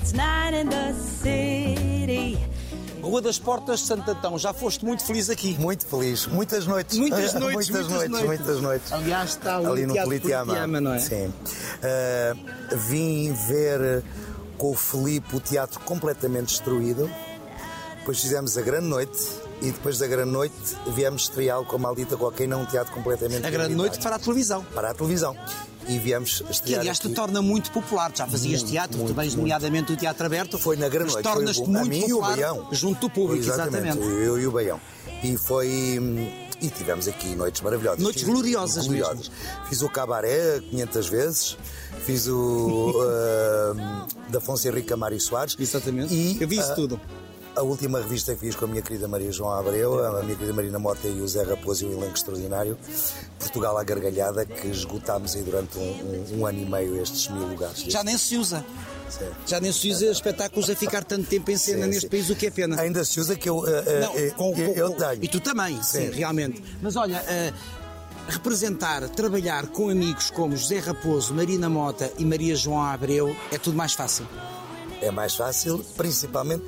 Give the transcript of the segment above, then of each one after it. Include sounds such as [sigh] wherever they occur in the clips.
It's night in the city. Rua das Portas de Santo Antão, já foste muito feliz aqui. Muito feliz, muitas noites. Muitas noites, [laughs] muitas, noites, muitas noites. Aliás, está ali, Ali no Teatro Politeama, Politeama, não é? Sim. Ah, vim ver com o Filipe o teatro completamente destruído. Depois fizemos a grande noite e depois da grande noite viemos estreá-lo com a maldita cocaína, um teatro completamente A grande inundado. noite para a televisão. para a televisão. E viemos estrear Que aliás te aqui. torna muito popular. Tu Já fazias teatro, tu vens nomeadamente o Teatro Aberto. Foi na grande mas noite. tornas-te foi o- a muito mim e o popular Baião. junto do público, exatamente. Eu e o Baião. E foi. hum, E tivemos aqui noites maravilhosas. Noites gloriosas gloriosas. Fiz o cabaré 500 vezes, fiz o. [laughs] ah, da Fonseca Henrique Mário Soares. Exatamente. E Eu vi isso ah, tudo. a última revista que fiz com a minha querida Maria João Abreu, a minha querida Marina Mota e o Zé Raposo e o elenco extraordinário, Portugal à Gargalhada, que esgotámos aí durante um, um- um ano e meio estes mil lugares. Já nem se usa. Sim. Já nem se usa espetáculos a ficar tanto tempo em cena Sim, neste sim. país, o que é pena. Ainda se usa que eu, eh, eh, Não, eh, com- com- eu com- tenho. E tu também, sim, Sim. realmente. Mas olha, eh, representar, trabalhar com amigos como José Raposo, Marina Mota e Maria João Abreu é tudo mais fácil. É mais fácil, principalmente.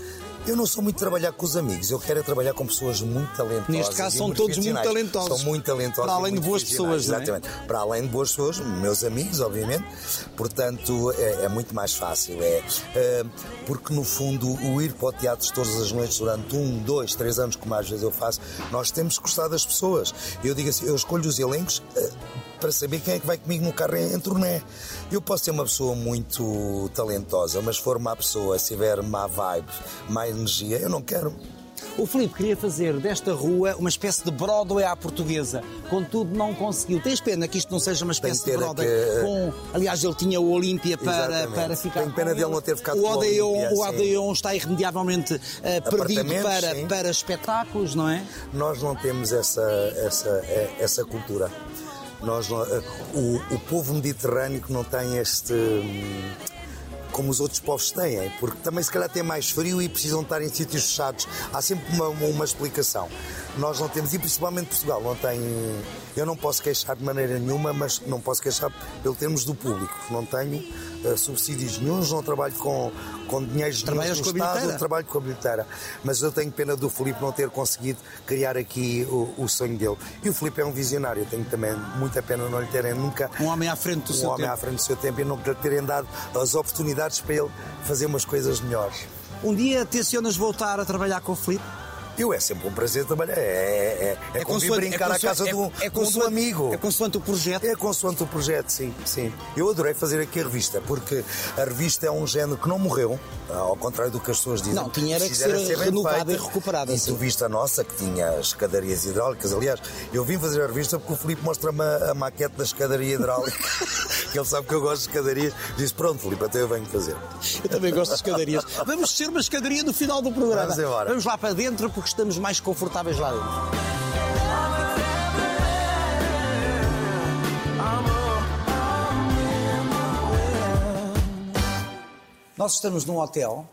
Eu não sou muito trabalhar com os amigos, eu quero é trabalhar com pessoas muito talentosas. Neste caso, e são todos muito profissionais. talentosos. São muito talentosos. Para e além de muito boas profissionais, pessoas, não é? Exatamente. Para além de boas pessoas, meus amigos, obviamente. Portanto, é, é muito mais fácil. É, eh, porque, no fundo, o ir para o teatro todas as noites durante um, dois, três anos, como às vezes eu faço, nós temos que gostar das pessoas. Eu digo assim, eu escolho os elencos. eh, para saber quem é que vai comigo no carro em, em turnê. Eu posso ser uma pessoa muito talentosa, mas se for má pessoa, se tiver má vibe, má energia, eu não quero. O Filipe queria fazer desta rua uma espécie de Broadway à portuguesa, contudo não conseguiu. Tens pena que isto não seja uma espécie de pena Broadway que- eh, com... Aliás, ele tinha o Olímpia para, Exatamente. para ficar Tenho pena com de ele não ter ficado o com o Odeon, Olympia, O sim. Odeon está irremediavelmente eh, perdido Apartamentos, para, sim. para espetáculos, não é? Nós não temos essa, essa, eh, essa cultura. Nós não- eh, o, o povo mediterrâneo que não tem este. hum, Como os outros povos têm, porque também se calhar tem mais frio e precisam estar em sítios fechados. Há sempre uma, uma- uma explicação. Nós não temos, e principalmente Portugal, não tem. Eu não posso queixar de maneira nenhuma, mas não posso queixar pelo termos do público. Não tenho eh, subsídios nenhums, não trabalho com, com dinheiros Trabalhas nenhuns do com a Estado, bilheteira? trabalho com a bilheteira, mas eu tenho pena do Filipe não ter conseguido criar aqui o, o sonho dele. E o Filipe é um visionário, eu tenho também muita pena não lhe terem nunca Um homem à frente do um seu homem tempo. à frente do seu tempo e nunca lhe terem dado as oportunidades para ele fazer umas coisas melhores. Um dia tencionas voltar a trabalhar com o Filipe? Eu é sempre um prazer trabalhar, é, é, é, é como vir brincar à casa de um, é de um consoante- amigo. É consoante o projeto. É consoante o projeto, sim, sim. Eu adorei fazer aqui a revista, porque a revista é um género que não morreu, ao contrário do que as pessoas dizem. Não, tinha era que Precisa ser bem renovada feita. e recuperada, E sim. tu viste a nossa, que tinha escadarias hidráulicas. Aliás, eu vim fazer a revista porque o Filipe mostra-me a, a maquete da [laughs] escadaria hidráulica. Ele sabe que eu gosto de escadarias. Disse, pronto, Filipe, até eu venho fazer. Eu também gosto de [laughs] escadarias. Vamos ser uma escadaria no final do programa. Vamos embora. Vamos lá para dentro porque estamos mais confortáveis lá dentro. Nós estamos num hotel.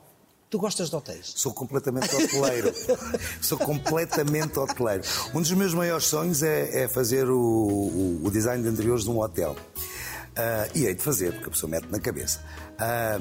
Tu gostas de hotéis? Sou completamente hoteleiro. [laughs] Sou completamente hoteleiro. Um dos meus maiores sonhos é, é fazer o, o- o design de interiores de um hotel. Ah, e hei de fazer, porque a pessoa mete na cabeça. Ah,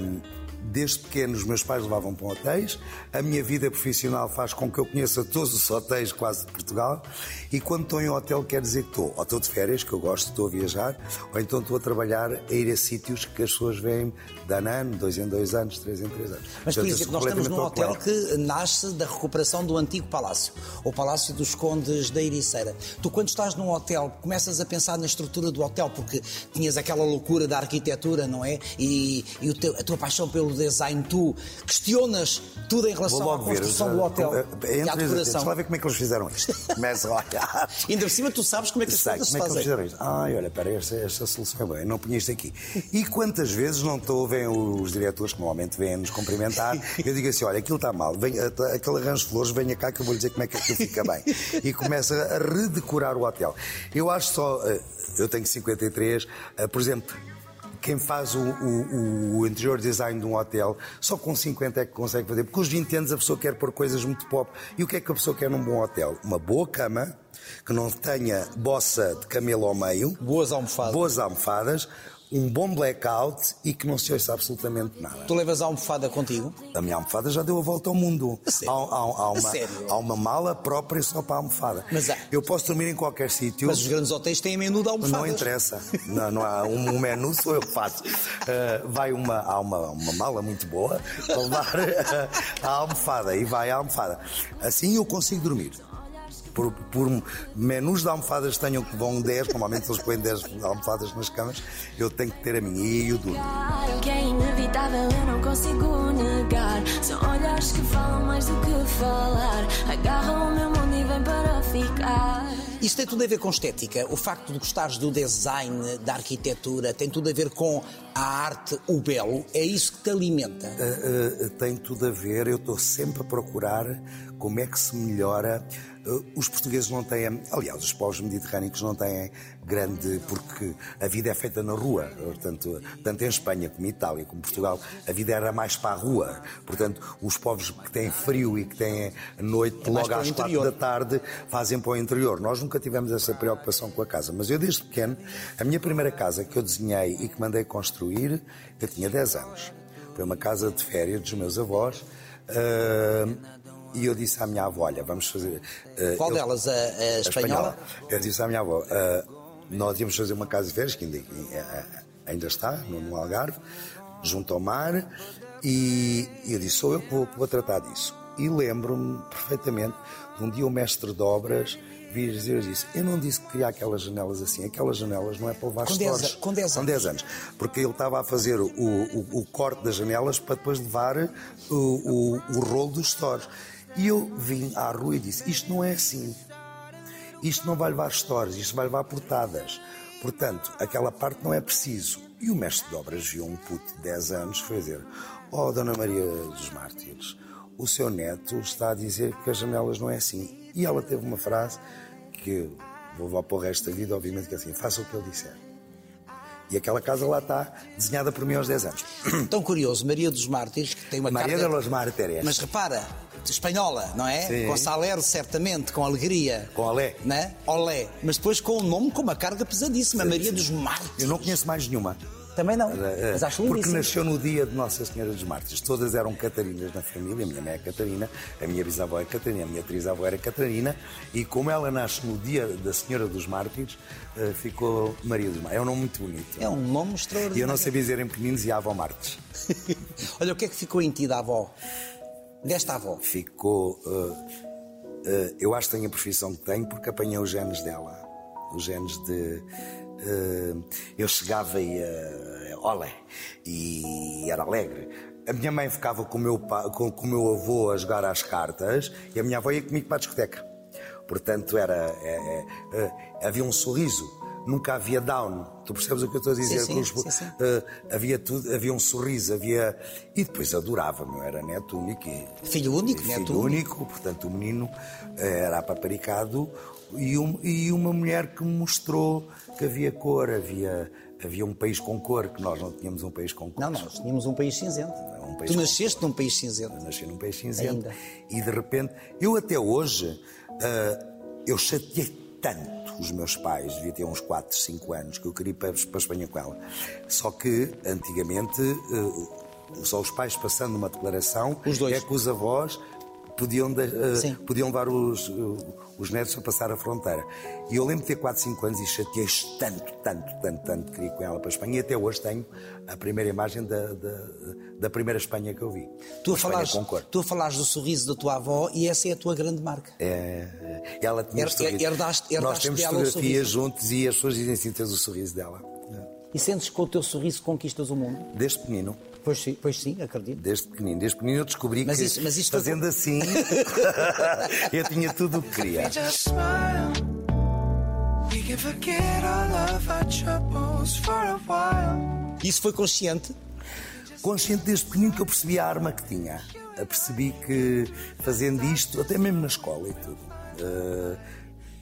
desde pequeno, os meus pais levavam para hotéis. A minha vida profissional faz com que eu conheça todos os hotéis quase de Portugal. E quando estou em hotel, quer dizer que estou. Ou estou de férias, que eu gosto, estou a viajar. Ou então estou a trabalhar, a ir a sítios que as pessoas veem de ano a ano, dois em dois anos, três em três anos. Mas, por Portanto, eu exemplo, sou nós estamos num hotel completamente hoteleiro. que nasce da recuperação do antigo palácio, o Palácio dos Condes da Ericeira. Tu, quando estás num hotel, começas a pensar na estrutura do hotel, porque tinhas aquela loucura da arquitetura, não é? E, e o teu- a tua paixão pelo design, tu questionas tudo em relação Vou à logo ver. construção Já- do hotel e Eh, à Entre as decoração. lá ver como é que eles fizeram isto. [laughs] Começa a olhar. E Ainda por cima, tu sabes como é que as Sei, coisas se como é que eles fazem. fizeram isto? Ai, olha, pera, esta, esta solução é bem, não punha isto aqui. E quantas vezes não estou, vêm os diretores, que normalmente vêm nos [laughs] cumprimentar, eu digo assim: olha, aquilo está mal, vem, a- aquele arranjo de flores, venha cá que eu vou lhe dizer como é que aquilo fica bem. E começa a redecorar o hotel. Eu acho só, eh, eu tenho 53, eh, por exemplo, quem faz o, o- o interior design de um hotel, só com 50 é que consegue fazer, porque aos 20 anos a pessoa quer pôr coisas muito pop. E o que é que a pessoa quer num bom hotel? Uma boa cama, que não tenha bossa de camelo ao meio, Boas almofadas. boas almofadas, um bom blackout e que não se ouça absolutamente nada. Tu levas a almofada contigo? A minha almofada já deu a volta ao mundo. A sério? Há, um, há- há A uma, sério? há uma mala própria só para a almofada. Mas há- Eu posso dormir em qualquer sítio. Mas os grandes hotéis têm menu de almofadas. Não interessa. Não, não há um, um menu, sou eu que faço. Ah, vai uma, há uma, uma mala muito boa para levar ah, a almofada e vai a almofada. Assim eu consigo dormir. Por, por menus de almofadas que tenham que vão 10, normalmente eles põem 10 almofadas nas camas, eu tenho que ter a minha e eu durmo. O que é inevitável, eu não consigo negar. São olhares que falam mais do que falar. Agarram o meu mundo e vêm para ficar. Isso tem tudo a ver com estética. O facto de gostares do design, da arquitetura, tem tudo a ver com a arte, o belo. É isso que te alimenta. Uh, uh, tem tudo a ver. Eu estou sempre a procurar como é que se melhora. Uh, os portugueses não têm, aliás, os povos mediterrâneos não têm grande, porque a vida é feita na rua. Portanto, tanto em Espanha como em Itália como em Portugal, a vida era mais para a rua. Portanto, os povos que têm frio e que têm noite É mais logo para o às quatro interior. da tarde fazem para o interior. Nós nunca tivemos essa preocupação com a casa, mas eu desde pequeno, a minha primeira casa que eu desenhei e que mandei construir, eu tinha 10 anos. Foi uma casa de férias dos meus avós. ah, e eu disse à minha avó: Olha, vamos fazer. ah, Qual eu- delas? A, a a espanhola? É Eu disse à minha avó: ah, Nós íamos fazer uma casa de férias, que ainda, eh, ainda está, no, no Algarve, junto ao mar, e, e eu disse: Sou eu que vou, que vou tratar disso. E lembro-me perfeitamente de um dia o mestre de obras vir dizer isso. Eu não disse que queria aquelas janelas assim, aquelas janelas não é para levar Com dez estores. a- com dez Com 10 anos. Porque ele estava a fazer o, o- o corte das janelas para depois levar eh, o, o, o rolo dos stores. E eu vim à rua e disse: Isto não é assim. Isto não vai levar stores, isto vai levar portadas. Portanto, aquela parte não é preciso. E o mestre de obras viu um puto de 10 anos foi dizer: Oh, Dona Maria dos Mártires, o seu neto está a dizer que as janelas não é assim. E ela teve uma frase que eu vou levar para o resto da vida, obviamente, que é assim: faça o que ele disser. E aquela casa lá está, desenhada por mim aos 10 anos. Hum. Tão curioso, Maria dos Mártires, que tem uma Maria de carga... los Mártires. Mas repara, espanhola, não é? Sim. Com salero, certamente, com alegria. Com olé. Né? Olé. Mas depois com um nome com uma carga pesadíssima. Maria dos Mártires. Eu não conheço mais nenhuma. Também não. Eh, Mas acho Porque lindíssimo. nasceu no dia de Nossa Senhora dos Mártires. Todas eram Catarinas na família. A minha mãe é Catarina, a minha bisavó é Catarina, a minha trisavó era Catarina. E como ela nasce no dia da Senhora dos Mártires, eh, ficou Maria dos Mártires. É um nome muito bonito. É um nome E eu não extraordinário. sabia dizer em pequeninos e a avó Mártires. Olha, o que é que ficou em ti da avó? Desta avó. Ficou. eh, eh, eu acho que tenho a profissão que tenho porque apanhei os genes dela. Os genes de. eh, eu chegava e. eh, olé! E era alegre. A minha mãe ficava com o, meu pa- com, com o meu avô a jogar às cartas e a minha avó ia comigo para a discoteca. Portanto, era. é- é- é, havia um sorriso. Nunca havia down. Tu percebes o que eu estou a dizer? sim, com os- sim, sim. eh, havia tudo, havia um sorriso, havia. E depois adorava-me, eu era neto único e Filho único, né? filho neto único. único, portanto o menino eh, era apaparicado e, um- e uma mulher que me mostrou que havia cor, havia, havia um país com cor, que nós não tínhamos um país com cor. Não, nós tínhamos um país cinzento. um país tu com nasceste num país cinzento. Eu nasci num país cinzento Ainda. e de repente, eu até hoje, ah, eu chateei tanto os meus pais, devia ter uns 4, 5 anos, que eu queria ir para, para a Espanha com ela. Só que, antigamente, ah, só os pais passando uma declaração Os dois. é que os avós podiam, de- ah, Sim. podiam levar os, ah, os netos a passar a fronteira. E eu lembro de ter 4, 5 anos e chateei tanto, tanto, tanto, tanto que queria ir com ela para a Espanha. E até hoje tenho a primeira imagem da, da, da primeira Espanha que eu vi. Tu a, Uma Espanha falares, com cor. tu a falares do sorriso da tua avó e essa é a tua grande marca. É, ela tinha Her- este sorriso. herdaste- herdaste Nós temos dela o fotografias sorriso. juntos e as pessoas dizem assim: tens o sorriso dela. E sentes que com o teu sorriso conquistas o mundo? Desde pequenino, Pois sim, pois sim acredito. desde pequenino, desde pequenino eu descobri Mas que isso- mas isto foi- fazendo assim [laughs] eu tinha tudo o que queria. just smile. We can forget all of our troubles for a while. Isso foi consciente? consciente desde pequenino que eu percebi a arma que tinha. Eu Percebi que fazendo isto, até mesmo na escola e tudo, eh,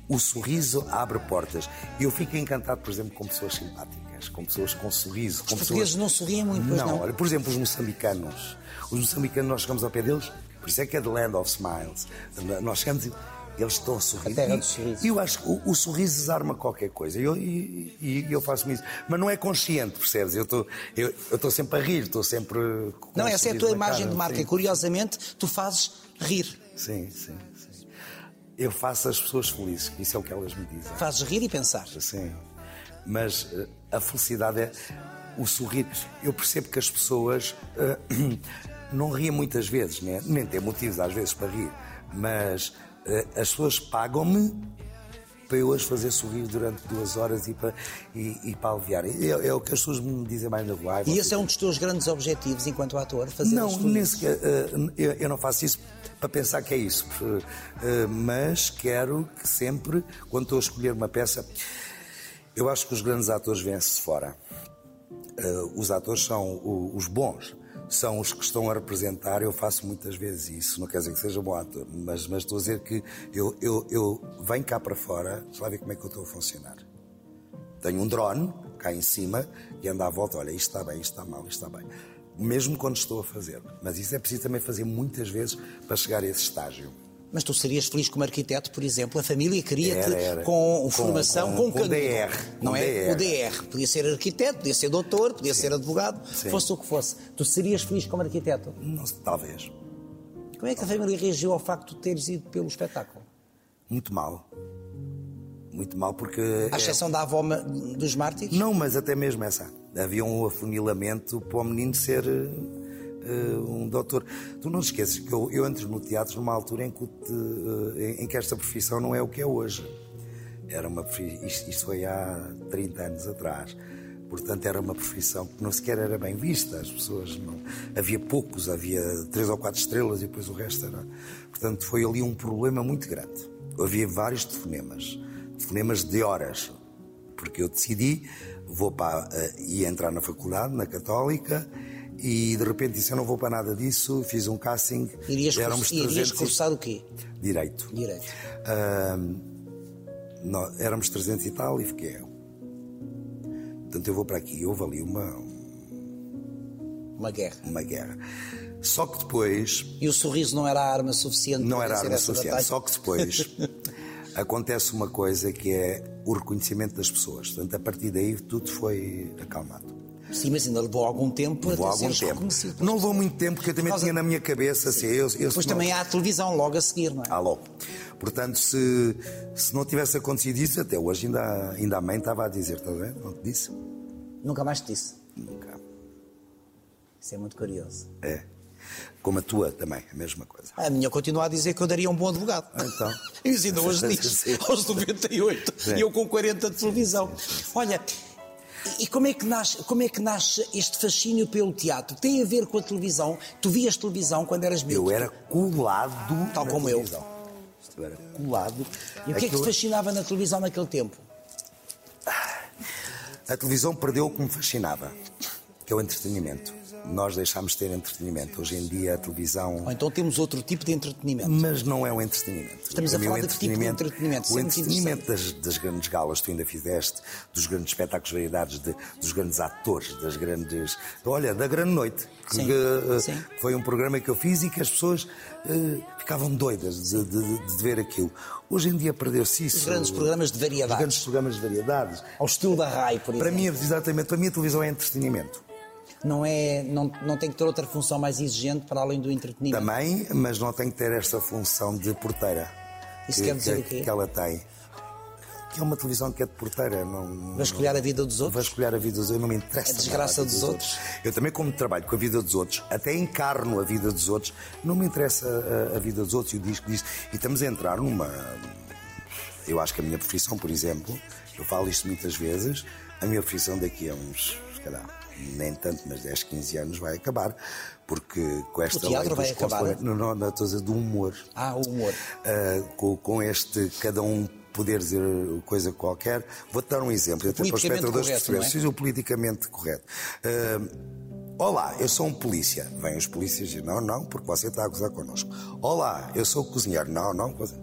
o sorriso abre portas. Eu fico encantado, por exemplo, com pessoas simpáticas, com pessoas com sorriso. com Os pessoas... portugueses não sorriem muito, pois não? olha, por exemplo, os moçambicanos. Os moçambicanos, nós chegamos ao pé deles, por isso é que é The Land of Smiles. Nós chegamos e. Eles estão a sorrir. A terra E- do sorriso. E eu acho que o, o sorriso desarma qualquer coisa. E eu, e- e- e eu faço-me isso. Mas não é consciente, percebes? Eu estou eu, eu estou sempre a rir, estou sempre. com Não, um essa é a sorriso tua na imagem cara. de marca. Sim. Curiosamente, tu fazes rir. Sim, sim, sim. Eu faço as pessoas felizes, isso é o que elas me dizem. Fazes rir e pensar. Sim. Mas eh, a felicidade é o sorrir. Eu percebo que as pessoas eh, [clears throat] não riem muitas vezes, né? nem têm motivos às vezes para rir, mas eh, as pessoas pagam-me para eu as fazer sorrir durante duas horas e para, e, e para aliviar. É, é o que as pessoas me dizem mais na rua. "Ai, E você esse é um dos teus grandes objetivos enquanto ator, fazer não, as tuas- nem sequer. eh, eu, eu não faço isso para pensar que é isso. porque, eh, mas quero que sempre, quando estou a escolher uma peça, eu acho que os grandes atores vêm-se fora. Eh, os atores são o- os bons, são os que estão a representar. Eu faço muitas vezes isso, não quer dizer que seja bom ator, mas, mas estou a dizer que eu, eu, eu venho cá para fora, deixa lá ver como é que eu estou a funcionar. Tenho um drone cá em cima e ando à volta, olha, isto está bem, isto está mal, isto está bem. Mesmo quando estou a fazer. Mas isso é preciso também fazer muitas vezes para chegar a esse estágio. Mas tu serias feliz como arquiteto, por exemplo. A família Era, queria-te era. com, Com- formação, com, com- com canudo, DR, Não com é? DR. O DR. Podia ser arquiteto, podia ser doutor, podia ser advogado, Sim. fosse o que fosse. Tu serias feliz como arquiteto. Não sei, talvez. Como é que a família reagiu ao facto de teres ido pelo espetáculo? Muito mal. Muito mal porque. À exceção da avó ma- dos mártires? É. Não, mas até mesmo essa. Havia um afunilamento para o menino ser eh, eh, um doutor. Tu não te esqueces que eu, eu entro no teatro numa altura em que, o te- eh, em- em que esta profissão não é o que é hoje. Era uma profi- isto, isto foi há 30 anos atrás. Portanto, era uma profissão que não sequer era bem vista. As pessoas não. Havia poucos, havia três ou quatro estrelas e depois o resto era. Portanto, foi ali um problema muito grande. Havia vários telefonemas. Telefonemas de horas porque eu decidi vou para eh, ia entrar na faculdade na católica e de repente disse eu não vou para nada disso fiz um casting Irias, cur- éramos irias 300 e- cursar o quê? direito Direito. Nó- éramos 300 e tal e fiquei eu portanto eu vou para aqui houve ali uma Uma guerra. uma guerra só que depois E o sorriso não era a arma suficiente Não para era vencer arma essa suficiente. batalha? Só que depois [laughs] acontece uma coisa que é o reconhecimento das pessoas. Portanto, a partir daí tudo foi acalmado. Sim, mas ainda levou algum tempo Levou até algum seres tempo. reconhecido. Não levou muito tempo, porque eu também causa- tinha na minha cabeça. Assim, eu, eu, Depois se também não... Ah. há a televisão logo a seguir, não é? Há logo. Portanto, se, se não tivesse acontecido isso, até hoje ainda, ainda a mãe estava a dizer, estás a ver? Não te disse? Nunca mais te disse. Nunca. Isso é muito curioso. É. Como a tua também, a mesma coisa. A minha continua a dizer que eu daria um bom advogado. [laughs] Então. [laughs] E isso ainda hoje diz, [laughs] Sim. aos 98, Sim. e eu com 40 de televisão. Olha, e como é, que nasce, como é que nasce este fascínio pelo teatro? Tem a ver com a televisão? Tu vias televisão quando eras miúdo? Eu era colado. Tal na como eu. televisão. Eu era colado. E o que é que te Aquilo- fascinava na televisão naquele tempo? A televisão perdeu o que me fascinava, que é o entretenimento. Nós deixámos de ter entretenimento. Hoje em dia a televisão. Ou então temos outro tipo de entretenimento? Mas não é um entretenimento. Estamos a Para mim, falar de o que tipo de entretenimento- entretenimento? Isso O é muito entretenimento das, das grandes galas que tu ainda fizeste, dos grandes espetáculos de variedades, de- dos grandes atores, das grandes. Olha, da Grande Noite, que, Sim, eh, sim. foi um programa que eu fiz e que as pessoas eh, ficavam doidas de, de- de ver aquilo. Hoje em dia perdeu-se isso. Os grandes programas de Os variedade. grandes programas de variedades. Ao estilo da RAI, por exemplo. Para mim, exatamente, para mim a televisão é entretenimento. Não, é, não, não tem que ter outra função mais exigente para além do entretenimento. Também, mas não tem que ter esta função de porteira. Isso quer dizer o quê? é Que ela tem. Que é uma televisão que é de porteira. Não, Vasculhar a vida dos outros? vasculhar a vida dos outros, não me interessa. A desgraça nada a vida dos outros. Eu também, como trabalho com a vida dos outros, até encarno a vida dos outros, não me interessa eh, a, a vida dos outros e o disco diz. E estamos a entrar numa. Eu acho que a minha profissão, por exemplo, eu falo isto muitas vezes, a minha profissão daqui a uns, se calhar, nem tanto, mas 10, 15 anos vai acabar, porque com esta teatro lei vai dos acabar? é? consoantes- Não, não, não, estou a dizer do humor. Ah, o humor. Ah, com, com este cada um poder dizer coisa qualquer. Vou-te dar um exemplo, até para os politicamente espectadores correto, perceberem. não é? Seja o politicamente correto. Ah, Olá, eu sou um polícia. Vêm os polícias e dizem, não, não, porque você está a gozar connosco. Olá, eu sou cozinheiro. Não, não. você-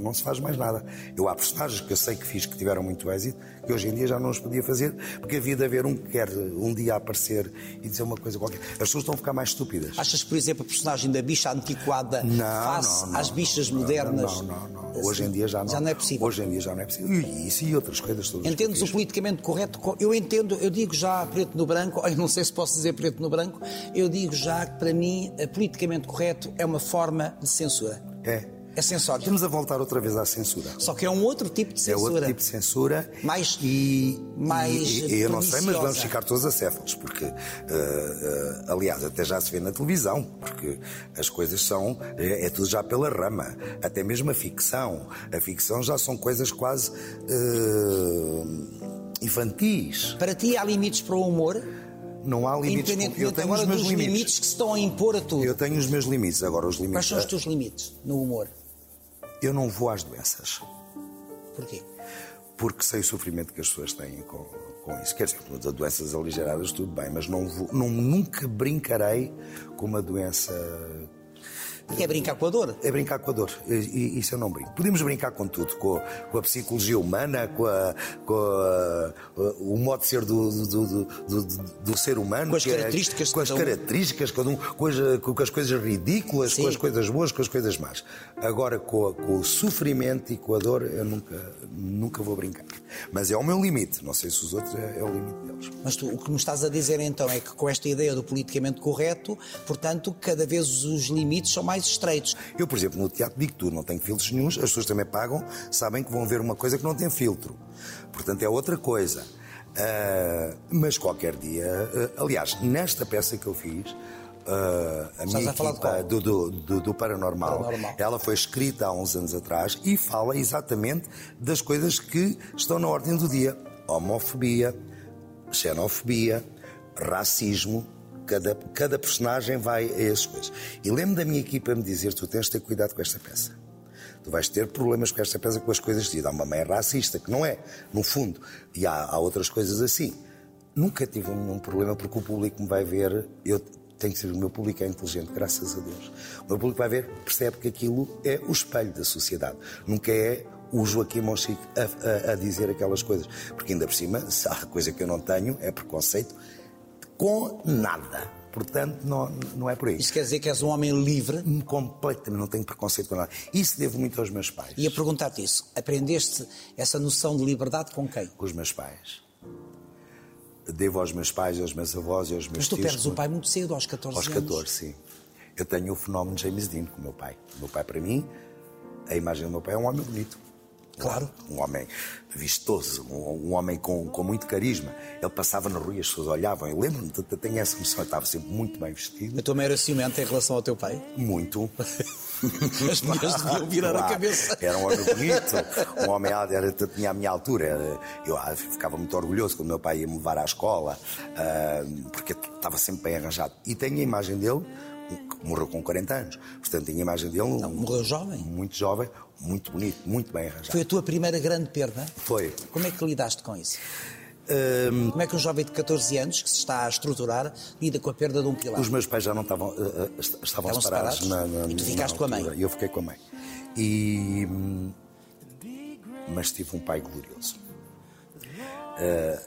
não se faz mais nada. Eu há personagens que eu sei que fiz que tiveram muito êxito, que hoje em dia já não os podia fazer, porque havia de haver um que quer um dia aparecer e dizer uma coisa qualquer. As pessoas estão a ficar mais estúpidas. Achas, por exemplo, a personagem da bicha antiquada Não, face não, não, às bichas não, modernas? Não, não, não. Assim, Hoje em dia já não. Já não é possível. Hoje em dia já não é possível. E isso e outras coisas todas. que Entendes eu o fiz. politicamente correto? Co- Eu entendo, eu digo já preto no branco, [laughs] eu não sei se posso dizer preto no branco, eu digo já que para mim, eh, politicamente correto é uma forma de censura. É. É censório. Estamos a voltar outra vez à censura. Só que é um outro tipo de É censura. outro tipo de censura. Mais- E. mais e- e- eu não sei, mas vamos perniciosa. ficar todos acéfalos, porque. eh, eh, aliás, até já se vê na televisão, porque as coisas são. É, é tudo já pela rama. Até mesmo a ficção. A ficção já são coisas quase. eh, infantis. Para ti há limites para o humor, Não há limites. Eu independentemente tenho agora os meus dos limites. limites. que se estão a impor a tudo. Eu eh, tenho os meus limites. Agora, os Quais limites. é, são os teus limites no humor? Eu não vou às doenças. Porquê? porque sei o sofrimento que as pessoas têm com, com isso. Quer dizer, com as doenças aligeradas, tudo bem, mas não vou- não- nunca brincarei com uma doença. Porque é brincar com a dor. É brincar com a dor, E- e- isso eu não brinco. Podemos brincar com tudo, com, com a psicologia humana, com, a- com a- o modo de ser do, do- do- do- do- do ser humano. Com as que é- características de com as cada um. características, cada um, com, as, com as coisas ridículas, Sim. com as coisas boas, com as coisas más. Agora, com, a- com o sofrimento e com a dor, eu nunca, nunca vou brincar. Mas é o meu limite, não sei se os outros é, é o limite deles. Mas tu, o que me estás a dizer então é que com esta ideia do politicamente correto, portanto, cada vez os limites são mais estreitos. Eu, por exemplo, no teatro digo tudo, não tenho filtros nenhums, as pessoas também pagam, sabem que vão ver uma coisa que não tem filtro. Portanto, é outra coisa. Ah, mas qualquer dia, ah, aliás, nesta peça que eu fiz, ah, a minha a falar de equipa qual? do, do, do- do Paranormal, Paranormal. ela foi escrita há uns anos atrás e fala exatamente das coisas que estão na ordem do dia: homofobia, xenofobia, racismo. Cada, cada personagem vai a essas coisas. E lembro da minha equipa me dizer: tu tens de ter cuidado com esta peça. Tu vais ter problemas com esta peça, com as coisas de há uma mãe racista, que não é, no fundo. E há, há outras coisas assim. Nunca tive nenhum problema porque o público me vai ver. Eu tenho que ser, o meu público é inteligente, graças a Deus. O meu público vai ver, percebe que aquilo é o espelho da sociedade. Nunca é o Joaquim Monchique a, a- a dizer aquelas coisas. Porque ainda por cima, se há coisa que eu não tenho, é preconceito com nada. Portanto, não, não é por aí. Isso quer dizer que és um homem livre? Completamente, não tenho preconceito com nada. Isso devo muito aos meus pais. Ia perguntar-te isso. Aprendeste essa noção de liberdade com quem? com os meus pais. Devo aos meus pais, aos meus avós e aos meus Mas tu tios. perdes o pai muito cedo, aos 14 Aos anos. 14, sim. Eu tenho o fenómeno de James Dean com o meu pai. O meu pai, para mim, a imagem do meu pai é um homem bonito. Claro. Um homem vistoso, um, um homem com, com muito carisma. Ele passava na rua e as pessoas olhavam. Eu lembro-me, t- t- tenho essa noção. Eu estava sempre muito bem A vestido. tua mãe era ciumenta em relação ao teu [laughs] pai? Muito. As mulheres deviam [laughs] virar a Claro. cabeça. Era um homem bonito, um homem alto, era, tinha a minha altura. Era- Eu ah, ficava muito orgulhoso quando meu pai ia me levar à escola, ah, porque estava sempre bem arranjado. E tenho a imagem dele, que morreu com 40 anos, portanto tenho a imagem dele. um- morreu jovem. Muito jovem, muito bonito, muito bem arranjado. Foi a tua primeira grande perda? Foi. Como é que lidaste com isso? Hum. Como é que um jovem de 14 anos, que se está a estruturar, lida com a perda de um pilar? Os meus pais já não estavam, eh, eh, est- estavam, Estavam separados. separados? E tu ficaste com a mãe? altura. E Eu fiquei com a mãe. E, hum, mas tive um pai glorioso. Eh,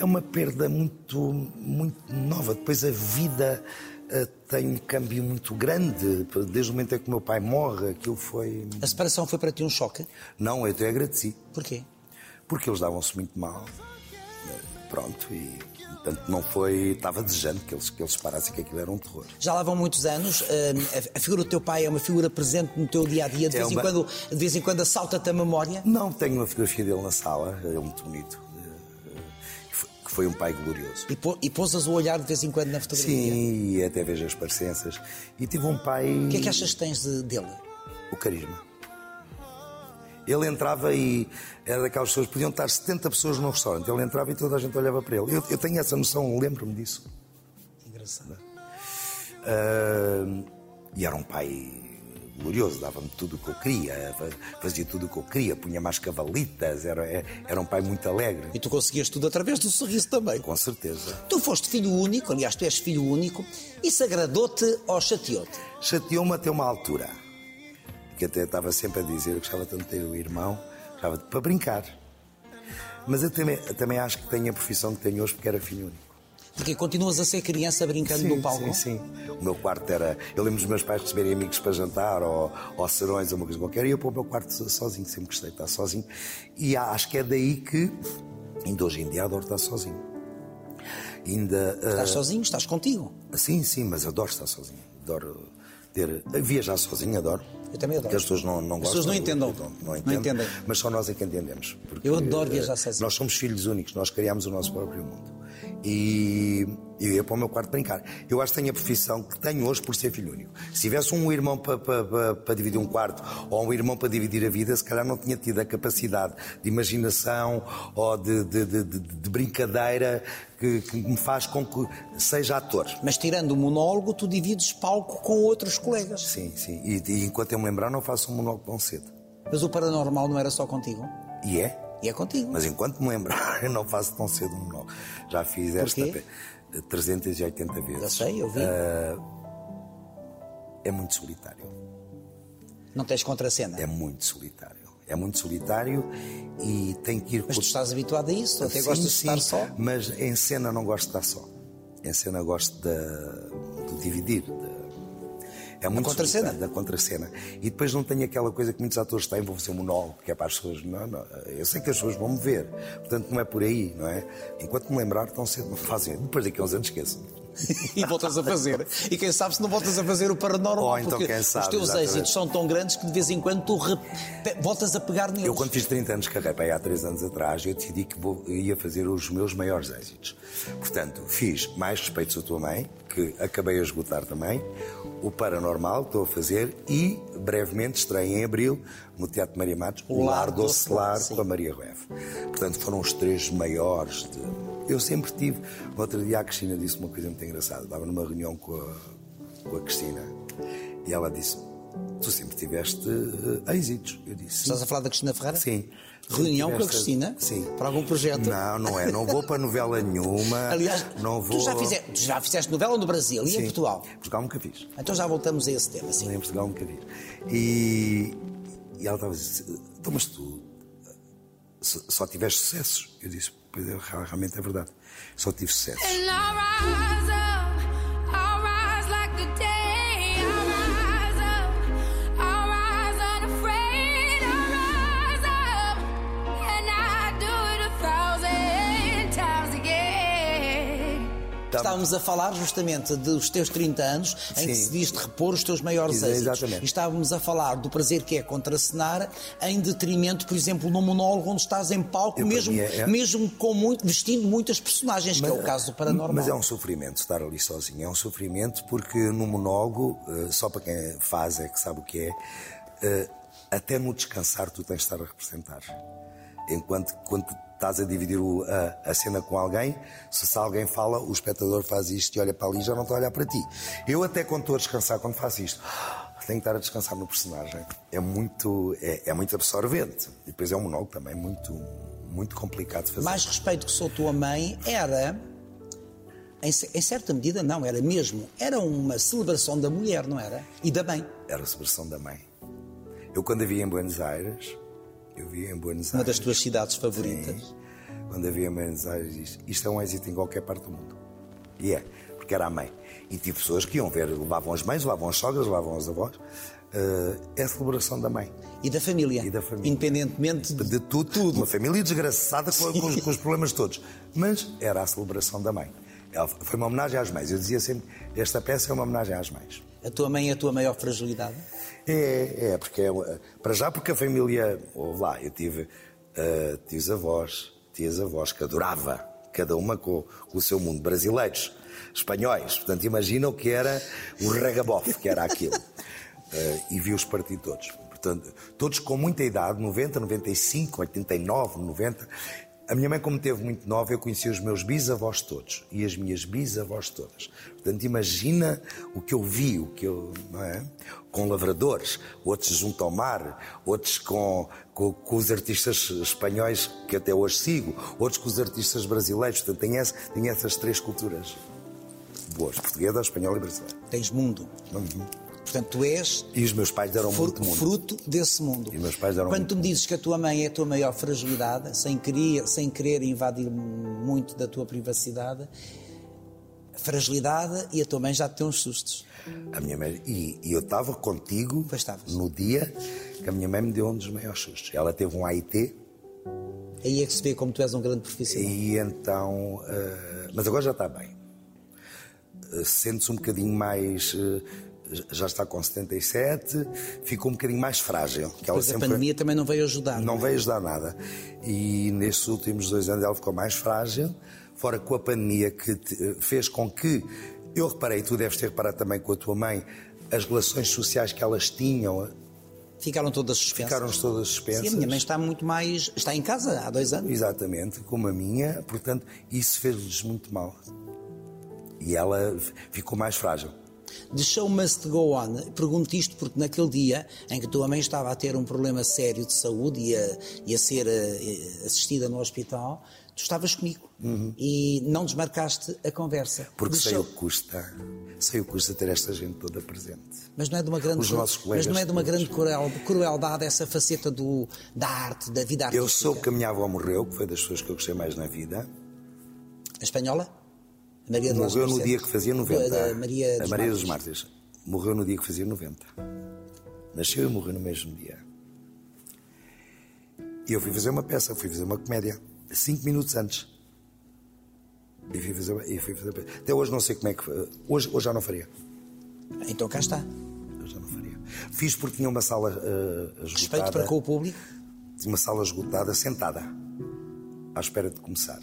é uma perda muito, muito nova. Depois a vida eh, tem um câmbio muito grande. Desde o momento em que o meu pai morre, aquilo foi. A separação foi para ti um choque? Não, eu até agradeci Porquê? porque eles davam-se muito mal. Pronto, e portanto não foi. Estava desejando que eles, que eles parassem, que aquilo era um terror. Já lá vão muitos anos, hum, a- a figura do teu pai é uma figura presente no teu dia a dia, de É vez em uma- quando, de vez em quando assalta-te a memória. Não, tenho uma fotografia dele na sala, é muito bonito. eh, eh, que foi- Que foi um pai glorioso. E, pô, e pousas o olhar de vez em quando na fotografia. Sim, e até vejo as parecenças. E tive um pai. O que é que achas que tens de- dele? O carisma. Ele entrava e era daquelas pessoas, podiam estar 70 pessoas num restaurante. Ele entrava e toda a gente olhava para ele. Eu, eu tenho essa noção, lembro-me disso. Engraçado. Ah, e era um pai glorioso, dava-me tudo o que eu queria, fa- fazia tudo o que eu queria, punha mais cavalitas, era, era um pai muito alegre. E tu conseguias tudo através do sorriso também. Com certeza. Tu foste filho único, aliás, tu és filho único, isso agradou-te ou chateou-te? chateou-me até uma altura. que até estava sempre a dizer: Eu gostava tanto de ter um irmão, gostava de, para brincar. Mas eu também, também acho que tenho a profissão que tenho hoje porque era filho único. Porque continuas a ser criança brincando no palco? Sim, sim. O meu quarto era. Eu lembro dos meus pais receberem amigos para jantar ou, ou serões ou uma coisa qualquer, e eu para o meu quarto so- sozinho, sempre gostei de estar sozinho. E há- acho que é daí que, ainda hoje em dia, adoro estar sozinho. Ainda. ah, Estás sozinho, estás contigo. Sim, sim, mas adoro estar sozinho. Adoro ter. Viajar sozinho, adoro. Eu também adoro. Porque as pessoas não, não As pessoas gostam, não entendam. Não, Não entendem. entendem. Mas só nós é que entendemos. porque, Eu adoro eh, viajar sozinho. Nós somos filhos únicos, nós criámos o nosso próprio mundo. E eu ia para o meu quarto brincar. Eu acho que tenho a profissão que tenho hoje por ser filho único. Se tivesse um irmão para, para- para- para dividir um quarto ou um irmão para dividir a vida, se calhar não tinha tido a capacidade de imaginação ou de, de- de- de- de brincadeira que, que me faz com que seja ator. Mas tirando o monólogo, tu divides palco com outros colegas. Sim, sim. E, e enquanto eu me lembrar, não faço um monólogo tão cedo. Mas o paranormal não era só contigo? E é? E é contigo. Mas enquanto me lembrar, [laughs] eu não faço tão cedo um monólogo. Já fiz esta Porquê? pe- 380 vezes. Eu sei, eu vi. É muito solitário. Não tens contracena. É muito solitário. É muito solitário e tem que ir Mas tu com- estás habituado a isso, tu até Sim, gostas sim, de estar só. [laughs] Mas em cena não gosto de estar só. Em cena gosto de, de dividir. de- é muito contracena. solitário, Da contracena. E depois não tenho aquela coisa que muitos atores têm, vou fazer um monólogo, que é para as pessoas. Não, não, eu sei que as pessoas vão me ver. Portanto, não é por aí, não é? Enquanto me lembrar, tão cedo não fazem. Depois daqui a uns anos esqueço. e voltas a fazer. E quem sabe se não voltas a fazer o paranormal, Ou então porque quem sabe, os teus exatamente. êxitos são tão grandes que de vez em quando tu rep- pe- voltas a pegar neles. Eu, quando fiz 30 anos de carreira, para aí há 3 anos atrás, eu decidi que vou- ia fazer os meus maiores êxitos. Portanto, fiz Mais Respeitos à Tua Mãe, que acabei a esgotar também, o Paranormal, estou a fazer, e brevemente estreio em abril, no Teatro Maria Matos, O O Lar Lar do do Ocelar, Ocelar, com a Maria Rueff. Portanto, foram os três maiores. de- Eu sempre tive. No outro dia, a Cristina disse uma coisa muito engraçada. Estava numa reunião com a, com a Cristina e ela disse: Tu sempre tiveste eh, êxitos. Eu disse: "Sim." Estás a falar da Cristina Ferreira? Sim. Reunião com a Tiveste- Cristina? Sim. Para algum projeto? Não, não é. Não vou para novela [laughs] nenhuma. Aliás, não vou. tu, já fizeste, tu já fizeste novela no Brasil e Sim. em Portugal. Portugal nunca fiz. Então já voltamos a esse tema, sim. Em Portugal nunca fiz. E, e ela estava a dizer: "Então, mas tu só, só tiveste sucessos? Eu disse: Pois é, realmente é verdade. Só tive sucessos. And I'll rise up, I'll rise like the day. I'll rise up, I'll rise unafraid. I'll rise up, and I do it a thousand times again. Estávamos a falar justamente dos teus 30 anos em que Sim. decidiste repor os teus maiores Exa- êxitos. exatamente. E estávamos a falar do prazer que é contracenar em detrimento, por exemplo, num monólogo onde estás em palco, Eu, para mesmo, mim, é- é- mesmo com muito, vestindo muitas personagens, que é o caso do Paranormal. Mas é um sofrimento estar ali sozinho. É um sofrimento porque no monólogo, eh, só para quem faz é que sabe o que é, eh, até no descansar tu tens de estar a representar. Enquanto quando estás a dividir o- a, a cena com alguém, se, se alguém fala, o espectador faz isto e olha para ali e já não está a olhar para ti. Eu até quando estou a descansar, quando faço isto, ah, tenho que estar a descansar no personagem. É muito, é, é muito absorvente. E depois é um monólogo também muito, muito complicado de fazer. Mais respeito que sou tua mãe era, em, ce- em certa medida, não, era mesmo, era uma celebração da mulher, não era? E da mãe. era a subversão da mãe. Eu quando a vi em Buenos Aires, eu vi em Buenos Uma das Aires. tuas cidades favoritas. Sim. Quando a vi em Buenos Aires, disse, isto é um êxito em qualquer parte do mundo. E é, porque era a mãe. E tive pessoas que iam ver, levavam as mães, levavam as sogras, levavam os avós. Eh, é a celebração da mãe. E da família. E da família. Independentemente de De tudo, Uma família desgraçada com, com os, com os problemas todos. Mas era a celebração da mãe. Ela- foi uma homenagem às mães. Eu dizia sempre: esta peça é uma homenagem às mães. A tua mãe é a tua maior fragilidade? É, é, porque é, uma- para já porque a família, ouve lá, eu tive ah, tios avós, tias avós que adorava, cada uma com, com o seu mundo, brasileiros, espanhóis, portanto imagina o que era o ragabof, que era aquilo. Ah, e vi-os partir todos. Portanto, todos com muita idade, 90, 95, 89, 90. A minha mãe, como teve muito nova, eu conheci os meus bisavós todos e as minhas bisavós todas. Portanto, imagina o que eu vi, o que eu. Não é? Com lavradores, outros junto ao mar, outros com, com, com os artistas espanhóis que até hoje sigo, outros com os artistas brasileiros. Portanto, tenho, essa- tenho essas três culturas boas: portuguesa, espanhola e brasileira. Tens mundo. Portanto, tu és E os meus pais deram fru- muito um mundo. fruto desse mundo. E meus pais deram Quando muito tu me dizes que a tua mãe é a tua maior fragilidade, sem querer, sem querer invadir muito da tua privacidade, fragilidade e a tua mãe já te deu uns sustos. A minha mãe, e, e eu estava contigo Pois estavas. no dia que a minha mãe me deu um dos maiores sustos. Ela teve um AIT Aí é que se vê como tu és um grande profissional. e então. eh, mas agora já está bem. Eh, Sente-se um bocadinho mais. eh, já está com 77, ficou um bocadinho mais frágil. Que ela Pois a sempre pandemia também não veio ajudar. não veio ajudar nada. E nestes últimos dois anos ela ficou mais frágil, fora com a pandemia que te- eh, fez com que, eu reparei, tu deves ter reparado também com a tua mãe, as relações sociais que elas tinham Ficaram todas suspensas. ficaram todas suspensas. Sim, a minha mãe está muito mais. Está em casa há dois anos. Exatamente, como a minha, portanto, isso fez-lhes muito mal. E ela f- ficou mais frágil. The show must go on. Pergunto isto porque naquele dia em que tua mãe estava a ter um problema sério de saúde e a, e a ser eh, assistida no hospital, tu estavas comigo e não desmarcaste a conversa. Uhum. Porque The sei show- o que custa, sei o que custa ter esta gente toda presente. Mas não é de uma grande, Os nossos mas colegas não é de uma todos. grande cruel- crueldade essa faceta do, da arte, da vida artística. Eu soube que a minha avó morreu, que foi das pessoas que eu gostei mais na vida. A espanhola? A Maria de Morreu Los no Mercedes? dia que fazia 90. Da- da Maria dos a Maria dos Mártires. Mártires. Morreu no dia que fazia 90. Nasceu e morreu no mesmo dia. E eu fui fazer uma peça, fui fazer uma comédia. Cinco minutos antes. E fui fazer, e fui fazer peça. Até hoje não sei como é que. Hoje, hoje já não faria. Então cá está. Hoje já não faria. Fiz porque tinha uma sala eh, Respeito esgotada. para com o público. Tinha uma sala esgotada, sentada. À espera de começar.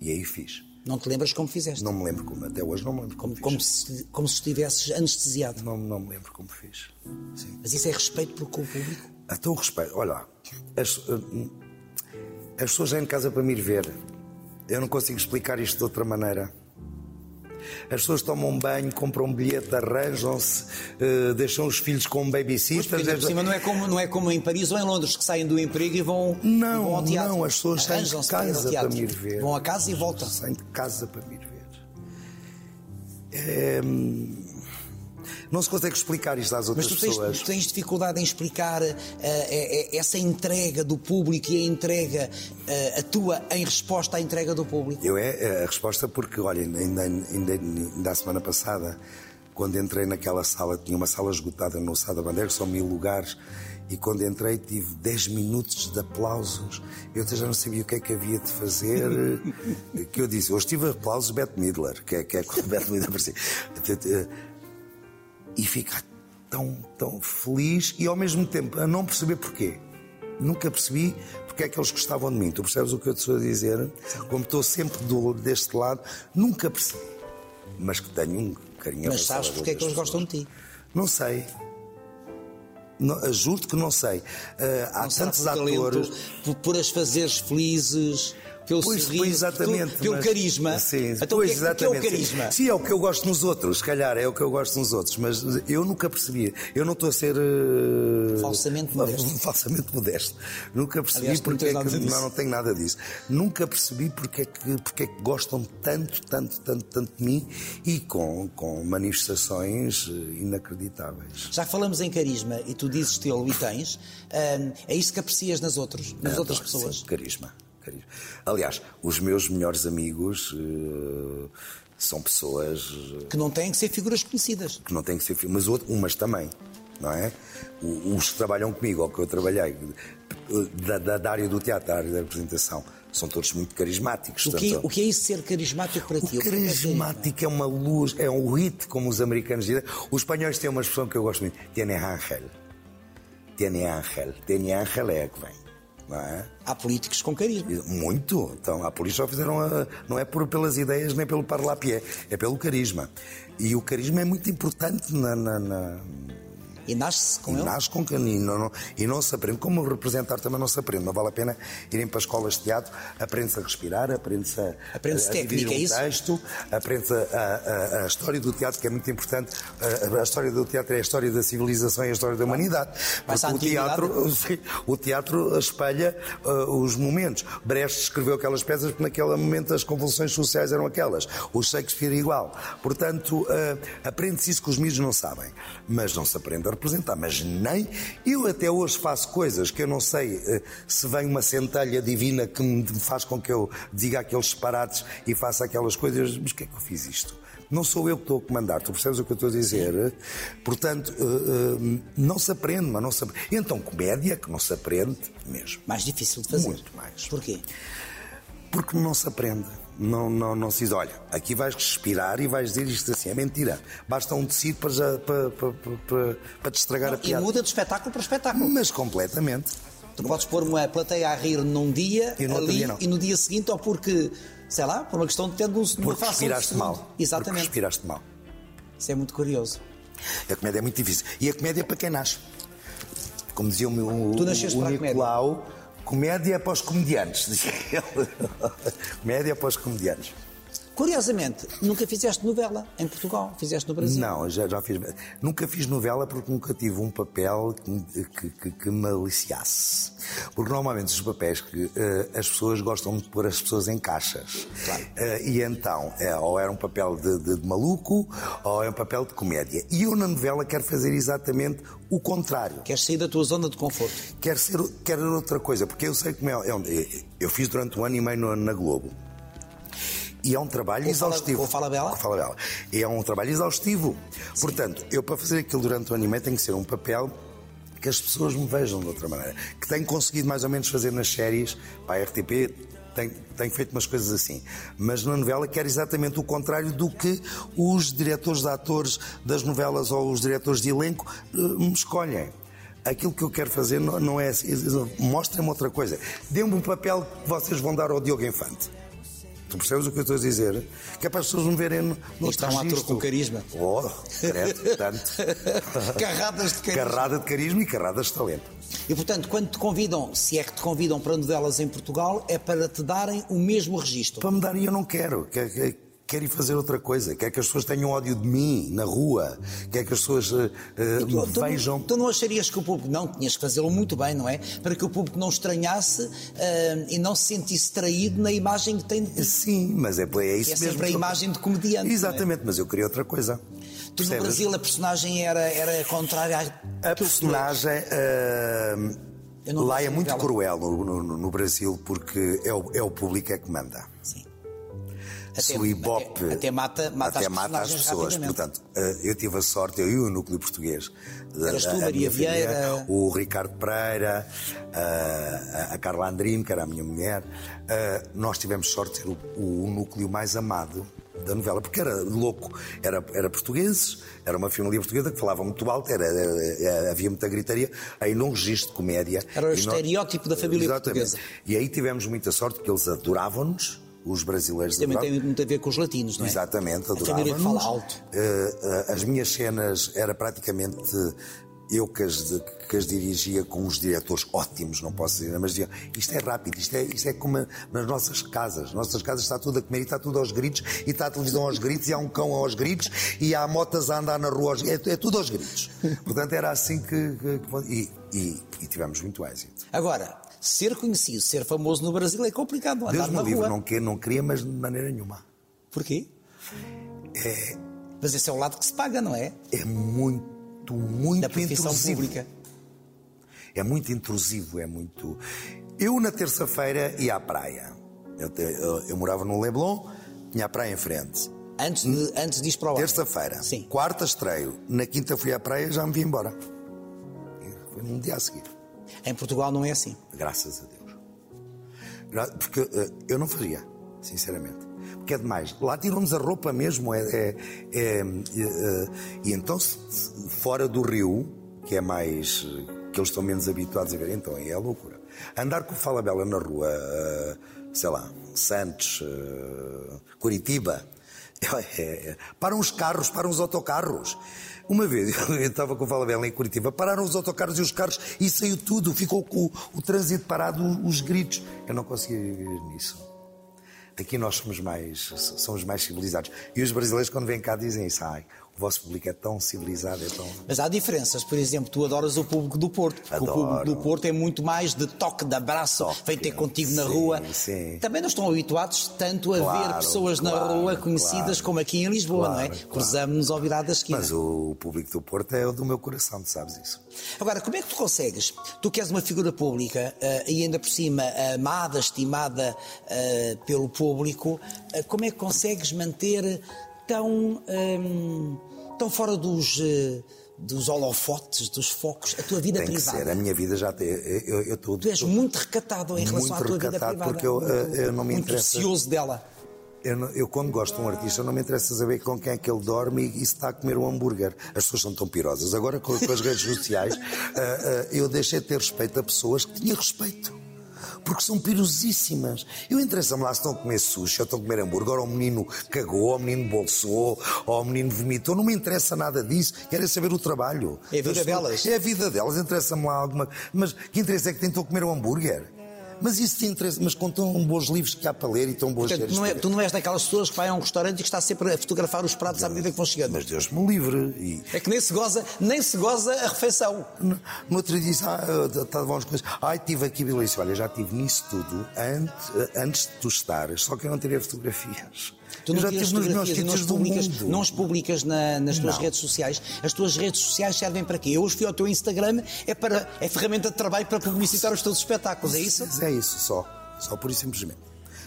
E aí fiz. Não te lembras como fizeste? Não me lembro como, até hoje não me lembro como, Como, fiz. como se, como se estivesses anestesiado. Não, não me lembro como fiz. Sim. Mas isso é respeito por com o público. A teu respeito, olha lá, as, hum, as pessoas vêm de casa para me ir ver. Eu não consigo explicar isto de outra maneira. As pessoas tomam um banho, compram um bilhete, arranjam-se, eh, deixam os filhos com um babysitter. Porque, ainda por deixam- cima, não é, como, não é como em Paris ou em Londres que saem do emprego e vão, Não, e vão ao teatro. não, as pessoas saem de Arranjam-se casa ir ao teatro. para me ir ver. Vão a casa e As voltam. pessoas Saem de casa para me ir ver. É, hum, não se consegue explicar isto Mas às outras tu tens, pessoas. tu tens dificuldade em explicar eh, eh, eh, essa entrega do público e a entrega, eh, a tua, em resposta à entrega do público. Eu é é, a resposta porque, olha, ainda, ainda, ainda a semana passada, quando entrei naquela sala, tinha uma sala esgotada no Sada Bandeira, são mil lugares, e quando entrei tive 10 minutos de aplausos. Eu até já não sabia o que é que havia de fazer. eh, que eu disse, hoje tive aplausos Beth Midler, que é, que é quando Beth Midler aparecia. Até- eh, E ficar tão, tão feliz e ao mesmo tempo a não perceber porquê. Nunca percebi porque é que eles gostavam de mim. Tu percebes o que eu te estou a dizer? Como estou sempre do, deste lado, nunca percebi. Mas que tenho um carinho Mas sabes avançado porque é que eles pelas gostam de ti. pessoas. Não sei. Não, juro-te que não sei. Ah, há Não será tantos por talento, atores. Por, por as fazeres felizes, pelo Pois, sorriso, pois, exatamente. pelo, pelo mas- carisma. Sim, então, pois, o que é, que- o que é exatamente. o carisma? Sim, é o que eu gosto nos outros, se calhar, é o que eu gosto nos outros, mas eu nunca percebi. Eu não estou a ser. eh, Falsamente fa- modesto. [laughs] Falsamente modesto. Nunca percebi Aliás, tu não porque tens é que. nada disso. Não, não tenho nada disso. Nunca percebi porque é que, porque é que gostam tanto, tanto, tanto, tanto de mim e com, com manifestações eh, inacreditáveis. Já falamos em carisma e tu dizes tê-lo e tens. Ahm, é isso que aprecias nas outras, nas Adoro, outras pessoas. sim, carisma, carisma. Aliás, os meus melhores amigos eh, são pessoas Que não têm que ser figuras conhecidas. que não têm que ser filmes, mas outras, umas também, não é? O- Os que trabalham comigo, ou que eu trabalhei, da, da- da área do teatro, da área da representação, são todos muito carismáticos. O que, portanto, o que é isso ser carismático para ti? o que é que é carismático é uma luz, é um hit, como os americanos dizem. Os espanhóis têm uma expressão que eu gosto muito: tiene ángel. Tiene ángel. Tiene ángel é a que vem, não é? Há políticos com carisma. Muito. Então, a polícia só fizeram. A, não é por, pelas ideias nem pelo parlapié, é pelo carisma. E o carisma é muito importante na, na- na- E nasce-se com E ele? nasce com caninho não, não- e não se aprende. Como representar também não se aprende. Não vale a pena irem para escolas de teatro. Aprende-se a respirar, aprende-se a, Aprende-se a- a dividir técnica, é um isso? texto, aprende-se a, a- a história do teatro, que é muito importante. A, a história do teatro é a história da civilização e a história da humanidade. Passa Porque o à antiguidade. [laughs] teatro, sim, o teatro espelha ah, os momentos. Brecht escreveu aquelas peças porque naquele momento as convulsões sociais eram aquelas. O Shakespeare é igual. Portanto, ah, aprende-se isso que os miúdos não sabem. Mas não se aprende a representar. Mas nem... Eu até hoje faço coisas que eu não sei ah, se vem uma centelha divina que me faz com que eu diga aqueles disparates e faça aquelas coisas. Mas o que é que eu fiz isto? Não sou eu que estou a comandar, tu percebes o que eu estou a dizer? Portanto, eh, eh, não se aprende, mas não se aprende. Então, comédia que não se aprende mesmo. Mais difícil de fazer. Muito mais. Porquê? Porque não se aprende. Não, não, não se diz, olha, aqui vais respirar e vais dizer isto assim. É mentira. Basta um tecido para, já- para, para, para- para- para te estragar a E piada. muda de espetáculo para espetáculo. Mas completamente. Tu podes pôr uma plateia a rir num dia, E no outro ali, dia não. e no dia seguinte, ou porque, sei lá, por uma questão de ter um- uma Porque faça um respiraste segundo. mal. Porque Exatamente. respiraste mal. Isso é muito curioso. A comédia é muito difícil. E a comédia é para quem nasce. Como dizia o meu Tu o, nasceste para a comédia. Nicolau, comédia é para os comediantes, [laughs] dizia ele. comédia é para os comediantes. Curiosamente, nunca fizeste novela em Portugal, fizeste no Brasil. Não, já, já fiz. Nunca fiz novela porque nunca tive um papel que, me- que, que, que me aliciasse. Porque normalmente os papéis que eh, as pessoas gostam de pôr as pessoas em caixas. Eh, e então, é, ou era um papel de, de- de maluco, ou é um papel de comédia. E eu na novela quero fazer exatamente o contrário. Queres sair da tua zona de [laughs] conforto. quer ser quer ser outra coisa, porque eu sei como é. Eu, eu fiz durante um ano e meio no- na Globo. E é um trabalho Com o Fala- exaustivo. com o Fala Bela? Com o Fala Bela. E é um trabalho exaustivo. Portanto, eu para fazer aquilo durante um ano e meio tem que ser um papel que as pessoas me vejam de outra maneira. Que tenho conseguido mais ou menos fazer nas séries, para a RTP, tenho, tenho feito umas coisas assim. Mas na novela quero exatamente o contrário do que os diretores de atores das novelas ou os diretores de elenco eh, me escolhem aquilo que eu quero fazer não, não é. Mostrem-me outra coisa. Dê-me um papel que vocês vão dar ao Diogo Infante. Tu percebes o que eu estou a dizer? Que é para as pessoas me verem no, no Isto é um ator com carisma. Oh, credo, [laughs] tanto. Carradas de carisma. Carrada de carisma e carradas de talento. E portanto, quando te convidam, se é que te convidam para novelas em Portugal, é para te darem o mesmo registro. Para me darem, eu não quero. Quero, quero- quero ir fazer outra coisa. Quero que as pessoas tenham ódio de mim, na rua. Quero que as pessoas eh, eh, Tu, me tu não- vejam. tu não acharias que o público. Não, tinhas que fazê-lo muito bem, não é? Para que o público não estranhasse ah, e não se sentisse traído na imagem que tem de ti. Sim, mas é, é isso Que é mesmo. sempre a que eu- imagem de comediante. não é? Exatamente, mas eu queria outra coisa. Tu no Percebes? Brasil a personagem era, era contrária à. A personagem ah, Eu não lá vi é essa muito novela. cruel no, no- no Brasil porque é o, é o público é que manda. Sim. Se o Ibope até, até mata, eh, mata até as mata as personagens pessoas. rapidamente. Portanto, ah, eu tive a sorte, eu e o núcleo português. da- Eras tu, a- a Maria minha família, Vieira. O Ricardo Pereira, ah, a, a Carla Andrino, que era a minha mulher. ah, nós tivemos sorte de ter o, o núcleo mais amado da novela, porque era louco. Era, era portugueses, era uma família portuguesa que falava muito alto, era, era- era- havia muita gritaria, aí num registro de comédia. Era o E nós- estereótipo da família Exatamente. portuguesa. E aí tivemos muita sorte, porque eles adoravam-nos. Os brasileiros Também adoravam- tem muito a ver com os latinos, não é? é? Exatamente, A família que fala adorávamos. alto. Eh, eh, as minhas cenas era praticamente eu que as, que as dirigia com uns diretores ótimos, não posso dizer, mas diziam, isto é rápido, isto é, isto é como a- nas nossas casas. Nossas casas está tudo a comer e está tudo aos gritos, e está a televisão aos gritos, e há um cão aos gritos, e há motas a andar na rua, aos- é, é tudo aos gritos. Portanto, era assim que. que- que- e, e- e tivemos muito êxito. Agora, ser conhecido, ser famoso no Brasil é complicado. Andar Deus na me livre, rua. não, que- não queria, mas de maneira nenhuma. Porquê? Mas esse é o lado que se paga, não é? É muito, muito Da profissão intrusivo. pública. É muito intrusivo, é muito. Eu, na terça-feira, ia à praia. Eu, te- eu- eu morava no Leblon, tinha a praia em frente. Antes de, antes de ir para o ar. Terça-feira, Sim. quarta estreio, na quinta fui à praia já me vim embora. E Foi num dia a seguir, Em Portugal não é assim. graças a Deus. Gra- Porque eh, eu não faria, sinceramente. Porque é demais. Lá tiram-nos a roupa mesmo. É, é- é, eh, eh, e então, se- se- fora do rio, que é mais. eh, que eles estão menos habituados a ver, então aí é a loucura. Andar com o Fala Bela na rua, eh, sei lá, Santos, [laughs] é. eh, Curitiba. é- é- param os carros, param os autocarros. Uma vez, [laughs] eu estava com o Falabella em Curitiba, pararam os autocarros e os carros e saiu tudo, ficou com o, o trânsito parado, os gritos. Eu não conseguia viver nisso. Aqui nós somos mais, somos mais civilizados. E os brasileiros, quando vêm cá, dizem isso. Ai, o vosso público é tão civilizado, é tão. Mas há diferenças. Por exemplo, tu adoras o público do Porto, porque Adoro. o público do Porto é muito mais de toque, de abraço, vem ter contigo na Sim, rua. sim. Também não estão habituados tanto a Claro, ver pessoas na claro, rua conhecidas claro. como aqui em Lisboa, não é? Claro, claro. Cruzamos-nos ao virar da esquina. Mas o público do Porto é o do meu coração, tu sabes isso. Agora, como é que tu consegues? Tu que és uma figura pública eh, e ainda por cima amada, estimada eh, pelo público, eh, como é que consegues manter tão, ehm, tão fora dos, eh, dos holofotes, dos focos, a tua vida Tem que privada? ser. é A minha vida já tem. Eu, eu estou. é né? Tu és muito recatado em relação Muito à tua vida recatado, privada. porque eu, eh, eu não me muito interessa- ansioso dela. Eu, não- eu, quando gosto de um artista, não me interessa saber com quem é que ele dorme e, e se está a comer um hambúrguer. As pessoas são tão pirosas. Agora, com, com as [laughs] redes sociais, ah, ah, eu deixei de ter respeito a pessoas que tinha respeito. Porque são pirosíssimas. Eu interessa-me lá se estão a comer sushi, ou estão a comer hambúrguer, ou o menino cagou, ou o menino bolsou, ou o menino vomitou. Não me interessa nada disso. Querem saber o trabalho. É a vida Das pessoas. delas. É a vida delas. Interessa-me lá alguma. Mas que interessa é que tentam comer um hambúrguer? Mas isso te interessa. Mas com tão bons livros que há para ler e tão boas Portanto, séries não é- para ver. tu não és daquelas pessoas que vai a um restaurante e que está sempre a fotografar os pratos à medida que vão chegando. Mas Deus me livre. E É que nem se goza, nem se goza a refeição. no no outro dia disse, ah, estavam umas coisas. Ai, tive aqui Billy. Disse, Olha, já tive nisso tudo antes, eh, antes de tu estares, só que eu não tirei fotografias. Tu não eu já tiras tive nos meus fotografias e não as sítios do publicas, mundo. não as publicas na- nas tuas Não. redes sociais. As tuas redes sociais servem para quê? Eu hoje fui ao teu Instagram, é, para, é ferramenta de trabalho para publicitar os teus espetáculos, é isso? Mas é isso só. Só por e simplesmente.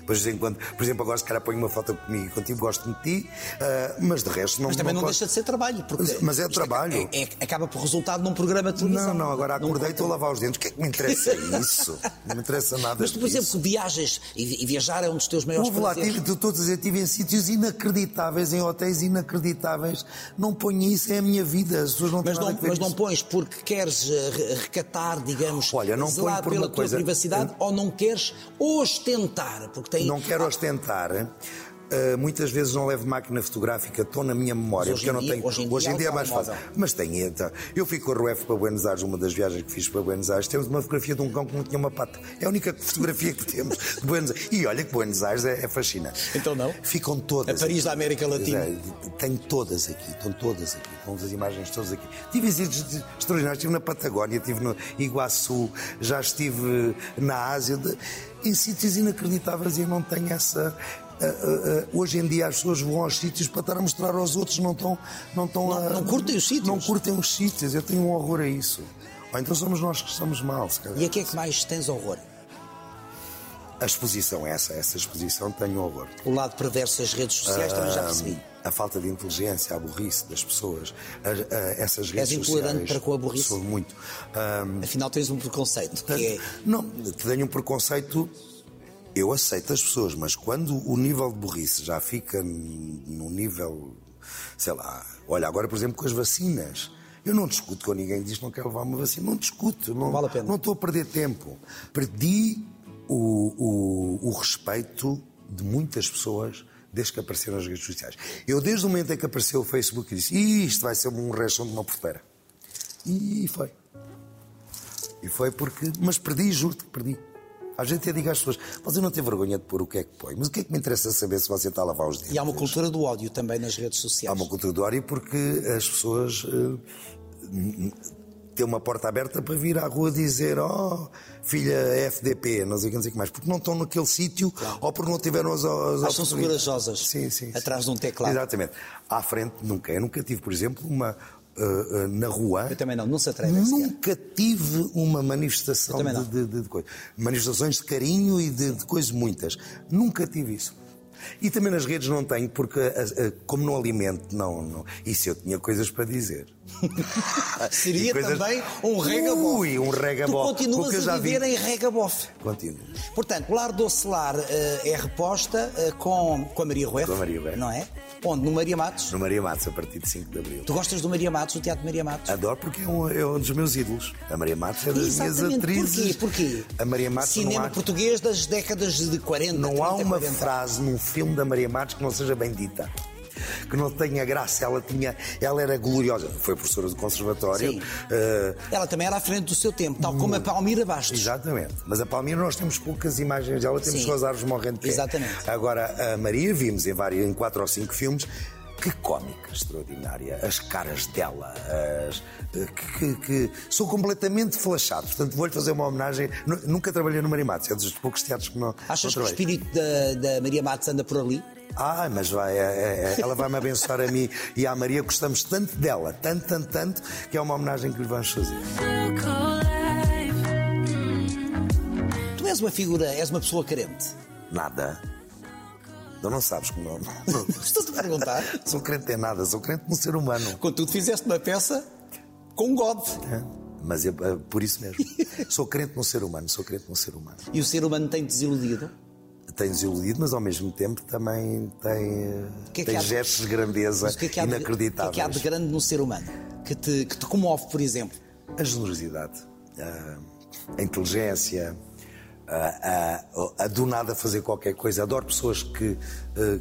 Pois de vez em quando, por exemplo, agora se calhar ponho uma foto comigo e contigo, gosto de ti, ah, mas de resto não Mas também não, posso- deixa de ser trabalho. Porque Mas- mas é isto trabalho. é- é- acaba por resultado num programa de televisão. Não, não, agora acordei e estou a lavar os dentes. O que é que me interessa isso? Não me interessa nada. Mas tu, por disso. exemplo, viajas e vi- e viajar é um dos teus maiores Houve lá, tipo prazeres. tive, estou a dizer, tive em sítios inacreditáveis, em hotéis inacreditáveis. Não ponho isso, é a minha vida. As pessoas não têm Mas nada não, a ver mas com não isso. pões porque queres eh, re- recatar, digamos, Olha, não zelar ponho por pela uma tua coisa. privacidade ou não queres ostentar, porque tem Não quero ostentar. Uh, muitas vezes não levo máquina fotográfica, estou na minha memória, Mas hoje porque eu em não dia- tenho. hoje em dia é é o mais fácil. telemóvel. Mas tenho, então. Eu fui com o Ruef para Buenos Aires, uma das viagens que fiz para Buenos Aires. Temos uma fotografia de um cão que não tinha uma pata. É a única [laughs] fotografia que temos de Buenos Aires. E olha que Buenos Aires é, é fascinante. Então não? Ficam todas. A Paris aqui. da América Latina. É, tenho todas aqui, estão todas aqui, estão as imagens todas aqui. Tive em sítios extraordinários, estive na Patagónia, estive no Iguaçu, já estive na Ásia, de- em sítios inacreditáveis e eu não tenho essa. ah, ah, ah, hoje em dia as pessoas vão aos sítios para estar a mostrar aos outros, não estão. Não, estão a- não curtem os sítios. Não curtem os sítios, eu tenho um horror a isso. Ou então somos nós que estamos mal, se calhar. E a que é que mais tens horror? A exposição, essa, essa exposição, tenho horror. O um lado perverso das redes sociais também já percebi. a falta de inteligência, a burrice das pessoas, a- a- essas redes intolerante sociais. para com a burrice? Sou muito. Ahm, Afinal, tens um preconceito, que é portanto, Não, tenho um preconceito. Eu aceito as pessoas, mas quando o nível de burrice já fica n- no nível, sei lá, olha, agora por exemplo com as vacinas. Eu não discuto com ninguém, diz que não quer levar uma vacina. Não discuto, não, Vale a pena. não estou a perder tempo. Perdi o, o- o respeito de muitas pessoas desde que apareceram as redes sociais. Eu, desde o momento em que apareceu o Facebook, disse: "Ih, Isto vai ser um reação de uma porteira. E foi. E foi porque. Mas perdi, juro-te que perdi. Às vezes eu digo às pessoas: Você não tem vergonha de pôr o que é que põe, mas o que é que me interessa saber se você está a lavar os dentes? E há uma cultura do ódio também nas redes Há sociais. uma cultura do ódio porque as pessoas eh, n- n- têm uma porta aberta para vir à rua dizer: Oh, filha FDP, não sei o que, não sei o que mais, porque não estão naquele sítio ou porque não tiveram as, as Acham-se oportunidades. corajosas, Sim, sim. sim. Ah, atrás de um teclado. Exatamente. À frente, nunca. Eu nunca tive, por exemplo, uma. eh, eh, na rua. Eu também não, não se atrevem sequer. Nunca tive uma manifestação Eu também não. de, de, de- de coisa. Manifestações de carinho e de, de coisas muitas. Nunca tive isso. E também nas redes não tenho, porque a- a- como não alimento, não, não. Isso eu tinha coisas para dizer. Seria Ah, E coisas- também um regabof. Ui, um regabof. Tu Porque eu continuas já a viver vi- em regabof. Continuo. Portanto, Lar do Celar eh, é reposta eh, com, com a Maria Rueff, Com a Maria Rueff. não é? Onde? No Maria Matos. No Maria Matos, a partir de 5 de Abril. Tu gostas do Maria Matos, do Teatro Maria Matos? Adoro porque é um, é um dos meus ídolos. A Maria Matos é das minhas Exatamente. atrizes. Porquê? Porquê? A Maria Matos não Cinema há- português das décadas de 40, Não 30, há uma 40. frase num filme da Maria Matos que não seja bem dita. que não tenha graça. Ela, tinha, ela era gloriosa. Foi professora do conservatório. Sim. eh, Ela também era à frente do seu tempo, tal como a Palmira Bastos. Exatamente. Mas a Palmira nós temos poucas imagens dela, temos Sim. só os árvores morrendo de pé. Exatamente. Agora, a Maria vimos em, vários, em quatro ou cinco filmes. Que cómica extraordinária. As caras dela. as- eh, que, que- que- Sou completamente flashado. Portanto, vou-lhe fazer uma homenagem. Nu- Nunca trabalhei no Marimatos. É dos poucos teatros que não. não Achas que o trabalhei. espírito da, da Maria Matos anda por ali? Ah, mas vai, é- é- é, ela vai-me abençoar a mim e à Maria. Gostamos tanto dela, tanto, tanto, tanto, que é uma homenagem que lhe vamos fazer. Tu és uma figura, és uma pessoa carente. Nada. Tu não sabes como eu. Estou-te a perguntar. [laughs] Sou crente em nada, sou crente num ser humano. Contudo, fizeste uma peça com God. É, Mas é é por isso mesmo. Sou crente num ser humano, sou crente num ser humano. E o ser humano tem desiludido. Tem desiludido, mas ao mesmo tempo também tem, eh, que é que tem há de- gestos de grandeza Mas o que é que há de, o que é inacreditáveis. que há de grande no ser humano que te, que te comove, por exemplo? A generosidade, a, a inteligência, a, a- a do nada fazer qualquer coisa. Adoro pessoas que, eh,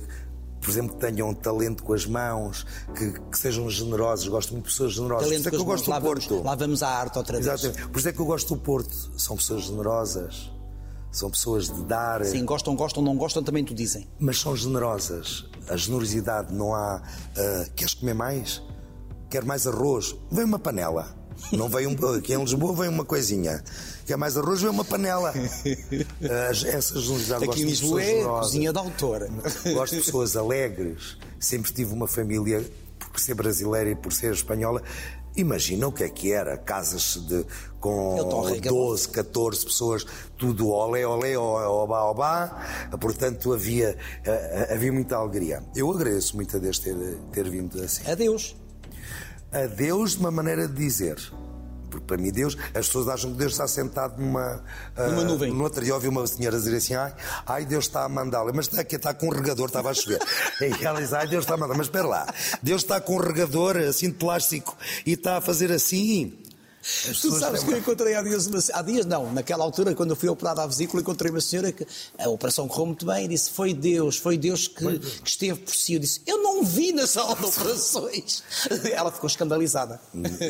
por exemplo, que tenham talento com as mãos, que, que sejam generosas. Gosto muito de pessoas generosas. Talento por isso é que eu com as gosto mãos. lá, do Porto. Vamos, lá vamos à arte outra vez. Exatamente. Por isso é que eu gosto do Porto. São pessoas generosas, são pessoas de dar, Sim, gostam, gostam, não gostam, também tu dizem. mas são generosas. A generosidade não há. ah, queres comer mais? Quer mais arroz? Vem uma panela. Não vem um, aqui em Lisboa vem uma coisinha. Quer mais arroz? Vem [laughs] uma panela. Ah, essa generosidade Aqui gosto em de Lisboa pessoas é generosas. cozinha de autor. Gosto de pessoas alegres. Sempre tive uma família, por ser brasileira e por ser espanhola. Imagina o que é que era. Casas de, Eu tô com horrível. 12, 14 pessoas, tudo olé, olé, ó- obá, obá. Portanto, havia, eh, havia muita alegria. Eu agradeço muito a Deus ter, ter vindo assim. Adeus. A Deus, de uma maneira de dizer. Porque para mim, Deus, as pessoas acham que Deus está sentado numa, ah, Numa nuvem. No outro dia ouvi uma senhora dizer assim: ai, ai Deus está a mandá-la, mas está aqui, está com um regador, estava [laughs] a chover. e ela diz: ai, Deus está a mandá-la, mas espera lá, Deus está com um regador assim de plástico e está a fazer assim. As Tu pessoas sabes que eu lembram- encontrei há dias, uma- há dias não, naquela altura, quando eu fui operado à vesícula, encontrei uma senhora que a operação correu muito bem e disse: Foi Deus, foi Deus que, que esteve por si. Eu disse: Eu não vi na sala de operações. [laughs] Ela ficou escandalizada.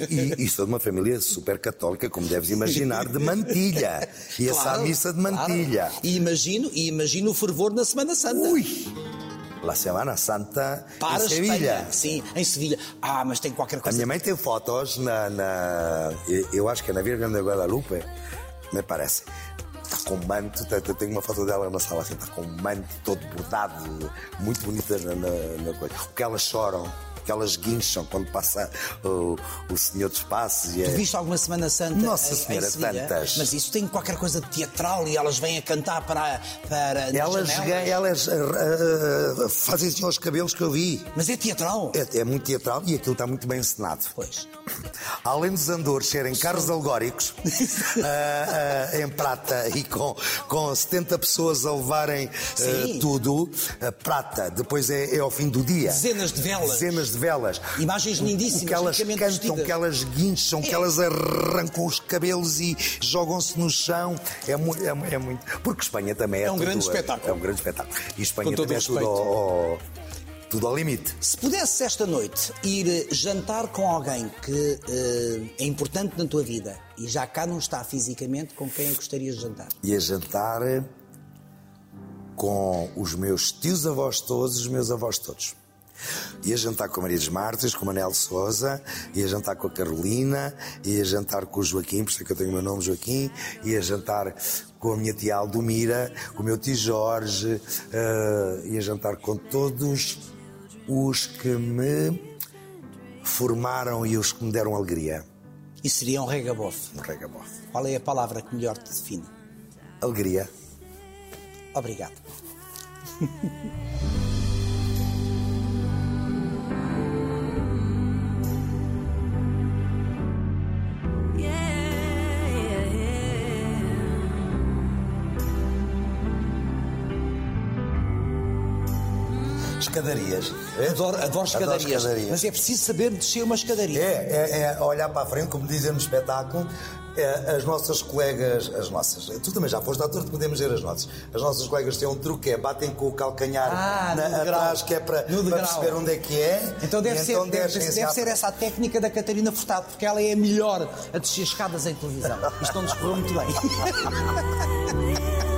E, e sou de uma família super católica, como deves imaginar, de mantilha. E essa Claro, missa de claro. mantilha. E imagino, e imagino o fervor na Semana Santa. Ui! La Semana Santa para em a Sevilha. Espanha. Sim, em Sevilha. Ah, mas tem qualquer A coisa. minha mãe tem fotos na, na- eu- Eu acho que é na Virgem de Guadalupe, me parece. Está com um manto, tem, tem- tem uma foto dela na sala assim, está com um manto todo bordado, muito bonita na, na- na coisa. O que elas choram, o que elas guincham quando passa o, o Senhor dos Passos e Tu é- viste alguma Semana Santa? Nossa em- em Senhora, Sevilha? tantas. Mas isso tem qualquer coisa de teatral e elas vêm a cantar para. para na Elas, janela. ga- elas ah, ah, fazem assim aos cabelos que eu vi. Mas é teatral. É, é muito teatral e aquilo está muito bem encenado. Pois. Além dos andores serem [laughs] carros alegóricos ah, ah, em prata e com, com 70 pessoas a levarem ah, Sim. tudo, ah, prata, depois é, é ao fim do dia. Dezenas de velas. Dezenas de velas. Imagens lindíssimas. O que elas ricamente cantam, o vestidas. É. que elas guincham, o que elas arrancam os cabelos e jogam-se no chão. É, mu é, mu- é muito. Porque Espanha também é É um tudo, grande espetáculo. É um grande espetáculo. E Espanha Com todo também é o tudo respeito. ao- ao- tudo ao limite. Se pudesses esta noite ir eh, jantar com alguém que eh, é importante na tua vida e já cá não está fisicamente, com quem é que gostarias de jantar? e a jantar com os meus tios avós todos, os meus avós todos. Ia jantar com a Maria dos Martins, com o Manel Souza, ia jantar com a Carolina, ia jantar com o Joaquim, por isso é que eu tenho o meu nome Joaquim, ia jantar com a minha tia Aldomira, com o meu tio Jorge, eh, ia jantar com todos os que me formaram e os que me deram alegria. E seria um regabof. No Regabof. Qual é a palavra que melhor te define? Alegria. Obrigado. escadarias. Adoro, adoro escadarias, escadarias. Mas é preciso saber descer uma escadaria. É, é, é olhar para a frente, como dizem no espetáculo, é, as nossas colegas, as nossas, tu também já foste ator, podemos dizer as nossas. As nossas colegas têm um truque, é batem com o calcanhar Ah, no na- degrau. atrás, que é para, No para degrau. perceber onde é que é. Então deve, e ser, deve- descem deve assim à ser essa a técnica da Catarina Furtado, porque ela é a melhor a descer escadas em televisão. Isto não nos correu muito bem.